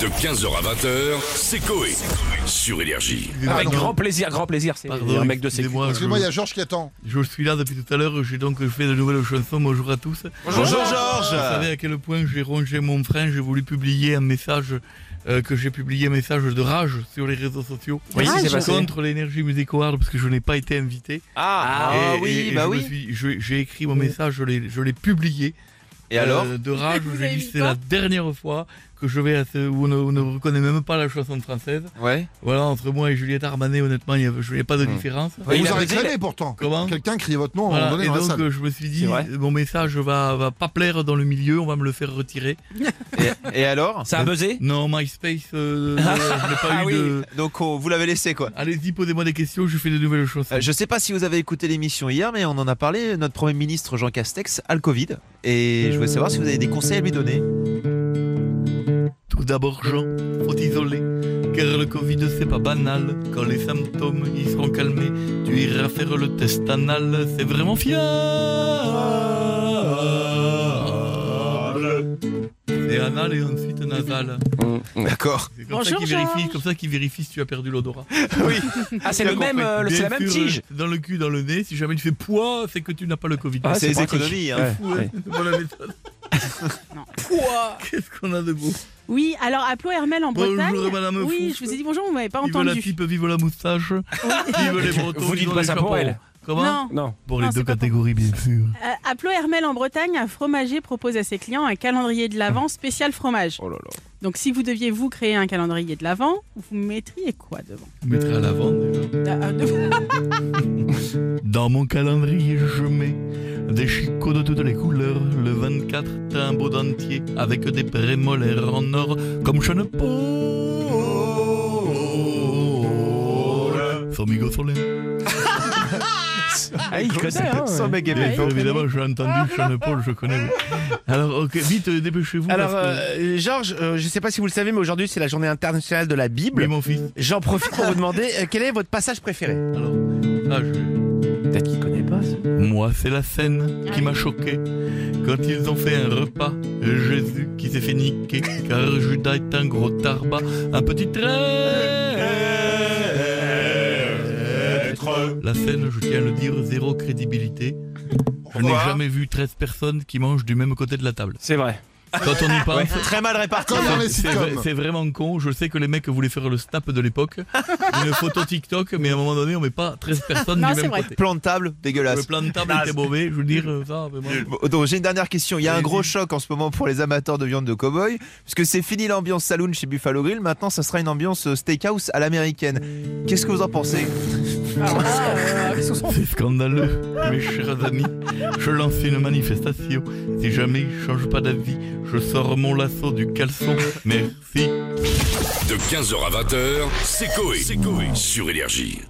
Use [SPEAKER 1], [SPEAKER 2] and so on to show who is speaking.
[SPEAKER 1] De 15h à 20h, c'est Coé. Sur Énergie.
[SPEAKER 2] Avec
[SPEAKER 3] Pardon.
[SPEAKER 2] grand plaisir, grand plaisir, c'est
[SPEAKER 3] Pardon,
[SPEAKER 2] un mec de sécu.
[SPEAKER 3] excusez-moi,
[SPEAKER 4] Excuse-moi, il y a Georges qui attend.
[SPEAKER 3] je, je suis là depuis tout à l'heure, j'ai donc fait de nouvelles chansons, bonjour à tous.
[SPEAKER 2] Bonjour,
[SPEAKER 3] Vous savez à quel point j'ai rongé mon frein, j'ai voulu publier un message, euh, que j'ai publié un message de rage sur les réseaux sociaux.
[SPEAKER 2] Oui, qu'est-ce qui s'est passé
[SPEAKER 3] Contre l'énergie musicale, parce que je n'ai pas été invité.
[SPEAKER 2] Ah,
[SPEAKER 3] Et- et- et je me suis- je- J'ai écrit mon message, je l'ai je l'ai publié.
[SPEAKER 2] Et
[SPEAKER 3] Euh,
[SPEAKER 2] alors
[SPEAKER 3] De rage,
[SPEAKER 5] Vous
[SPEAKER 3] j'ai
[SPEAKER 5] avez
[SPEAKER 3] dit
[SPEAKER 5] mis
[SPEAKER 3] c'est
[SPEAKER 5] quoi
[SPEAKER 3] la dernière fois que je vais à ce, où on ne, on ne reconnaît même pas la chanson française.
[SPEAKER 6] Euh,
[SPEAKER 2] Ouais.
[SPEAKER 3] Voilà, entre moi et Juliette Armanet, honnêtement, il n'y a, je- il n'y a pas de différence.
[SPEAKER 2] Hmm. Oui, il
[SPEAKER 4] vous
[SPEAKER 2] a
[SPEAKER 4] en
[SPEAKER 2] raison,
[SPEAKER 4] réclamez pourtant.
[SPEAKER 3] Comment
[SPEAKER 4] Quelqu'un criait votre nom à un
[SPEAKER 3] Voilà,
[SPEAKER 4] moment donné
[SPEAKER 3] et
[SPEAKER 4] dans la
[SPEAKER 3] donc
[SPEAKER 4] salle.
[SPEAKER 3] euh, je me suis dit,
[SPEAKER 2] C'est vrai.
[SPEAKER 3] euh, mon message va, va pas plaire dans le milieu, on va me le faire retirer.
[SPEAKER 6] Et alors
[SPEAKER 2] Ça a buzzé
[SPEAKER 3] Non, MySpace, euh, euh, je n'ai pas
[SPEAKER 2] Ah
[SPEAKER 3] eu
[SPEAKER 2] oui.
[SPEAKER 3] de...
[SPEAKER 6] Donc on- vous l'avez laissé quoi.
[SPEAKER 3] Allez-y, posez-moi des questions, je fais de nouvelles choses.
[SPEAKER 6] Euh, Je sais pas si vous avez écouté l'émission hier, mais on en a parlé. Notre Premier ministre Jean Castex a le Covid. Et je voulais savoir si vous avez des conseils à lui donner.
[SPEAKER 3] Tout d'abord, Jean, faut t'isoler, car le Covid c'est pas banal. Quand les symptômes ils seront calmés, tu iras faire le test anal, c'est vraiment fiable. C'est anal et ensuite nasal.
[SPEAKER 6] D'accord.
[SPEAKER 3] C'est comme ça
[SPEAKER 5] Bonjour,
[SPEAKER 3] qu'ils
[SPEAKER 5] Georges.
[SPEAKER 3] vérifient, comme ça qu'ils vérifient si tu as perdu l'odorat.
[SPEAKER 2] Ah, c'est le même, euh, c'est la
[SPEAKER 3] Bien
[SPEAKER 2] même
[SPEAKER 3] sûr,
[SPEAKER 2] tige.
[SPEAKER 3] euh, c'est Dans le cul, dans le nez, si jamais tu fais poids, c'est que tu n'as pas le Covid.
[SPEAKER 2] Ah,
[SPEAKER 6] c'est
[SPEAKER 2] c'est
[SPEAKER 6] les
[SPEAKER 2] pratique.
[SPEAKER 6] économies. hein.
[SPEAKER 3] fou, hein, c'est pas la méthode. Qu'est-ce qu'on a de beau
[SPEAKER 5] Oui, alors à Plo Hermel
[SPEAKER 6] Bah,
[SPEAKER 5] en
[SPEAKER 3] Bonjour,
[SPEAKER 5] Bretagne.
[SPEAKER 3] madame
[SPEAKER 5] oui,
[SPEAKER 3] Fouf.
[SPEAKER 5] je vous ai dit bonjour, vous m'avez pas
[SPEAKER 3] Vive la
[SPEAKER 5] entendu.
[SPEAKER 3] pipe, vive la moustache, vive les bretons,
[SPEAKER 2] Vous dites
[SPEAKER 3] vive
[SPEAKER 2] pas
[SPEAKER 3] les
[SPEAKER 2] ça pour
[SPEAKER 3] chapeaux.
[SPEAKER 2] elle.
[SPEAKER 3] Comment
[SPEAKER 5] Non.
[SPEAKER 2] Non.
[SPEAKER 3] Pour
[SPEAKER 5] Non,
[SPEAKER 3] les
[SPEAKER 5] c'est
[SPEAKER 3] deux
[SPEAKER 5] pas pour-
[SPEAKER 3] catégories, bien sûr.
[SPEAKER 5] Euh, à Plo Hermel en Bretagne, un fromager propose à ses clients un calendrier de l'Avent spécial fromage.
[SPEAKER 6] Oh là là.
[SPEAKER 5] Donc si vous deviez vous créer un calendrier de l'Avent, vous mettriez quoi devant
[SPEAKER 3] Je mettrai à l'avant déjà.
[SPEAKER 5] Ah, ah, devant-
[SPEAKER 3] Dans mon calendrier, je mets des chicots de toutes les couleurs. Le 24, t'as un beau dentier avec des prémolaires en or, comme Sean Paul. Formigo sur les
[SPEAKER 2] Ah, il connaît, hein.
[SPEAKER 6] Sans méga
[SPEAKER 3] Bien
[SPEAKER 5] oui,
[SPEAKER 3] sûr,
[SPEAKER 5] on
[SPEAKER 3] évidemment, j'ai entendu Sean Paul, je connais. oui. Alors, ok, vite, euh, dépêchez-vous.
[SPEAKER 7] Alors,
[SPEAKER 3] parce que-
[SPEAKER 7] euh, Georges, euh, je ne sais pas si vous le savez, mais aujourd'hui, c'est la journée internationale de la Bible.
[SPEAKER 3] Oui, mon fils.
[SPEAKER 7] J'en profite pour vous demander euh, quel est votre passage préféré.
[SPEAKER 3] Alors, là, je...
[SPEAKER 7] Peut-être qu'il connaît pas.
[SPEAKER 3] Moi, c'est la scène qui m'a choqué quand ils ont fait un repas. Jésus qui s'est fait niquer car Judas est un gros tarbat, un petit traître. La scène, je tiens à le dire, zéro crédibilité. Je n'ai jamais vu 13 personnes qui mangent du même côté de la table.
[SPEAKER 2] C'est vrai.
[SPEAKER 3] Quand on y pense,
[SPEAKER 6] Très mal réparti.
[SPEAKER 4] Comme Ah dans les
[SPEAKER 3] c'est
[SPEAKER 4] sitcoms.
[SPEAKER 3] vrai- c'est vraiment con. Je sais que les mecs voulaient faire le snap de l'époque, une photo TikTok, mais à un moment donné, on met pas 13 personnes
[SPEAKER 5] Non,
[SPEAKER 3] du
[SPEAKER 5] c'est
[SPEAKER 3] même
[SPEAKER 5] vrai.
[SPEAKER 3] côté.
[SPEAKER 6] Plan de table,
[SPEAKER 3] Le
[SPEAKER 6] dégueulasse.
[SPEAKER 3] plan de table était mauvais, je veux dire, euh, ça, mais bon.
[SPEAKER 6] Bon, Donc j'ai une dernière question. Il y a un
[SPEAKER 3] Allez-y.
[SPEAKER 6] gros choc en ce moment pour les amateurs de viande de cow-boy, puisque c'est fini l'ambiance saloon chez Buffalo Grill. Maintenant, ça sera une ambiance euh, steakhouse à l'américaine. Qu'est-ce que vous en pensez
[SPEAKER 3] C'est scandaleux, mes chers amis. Je lance une manifestation. Si jamais je change pas d'avis, je sors mon lasso du caleçon. Merci.
[SPEAKER 1] De 15h à 20h, c'est Coé. Sur Énergie.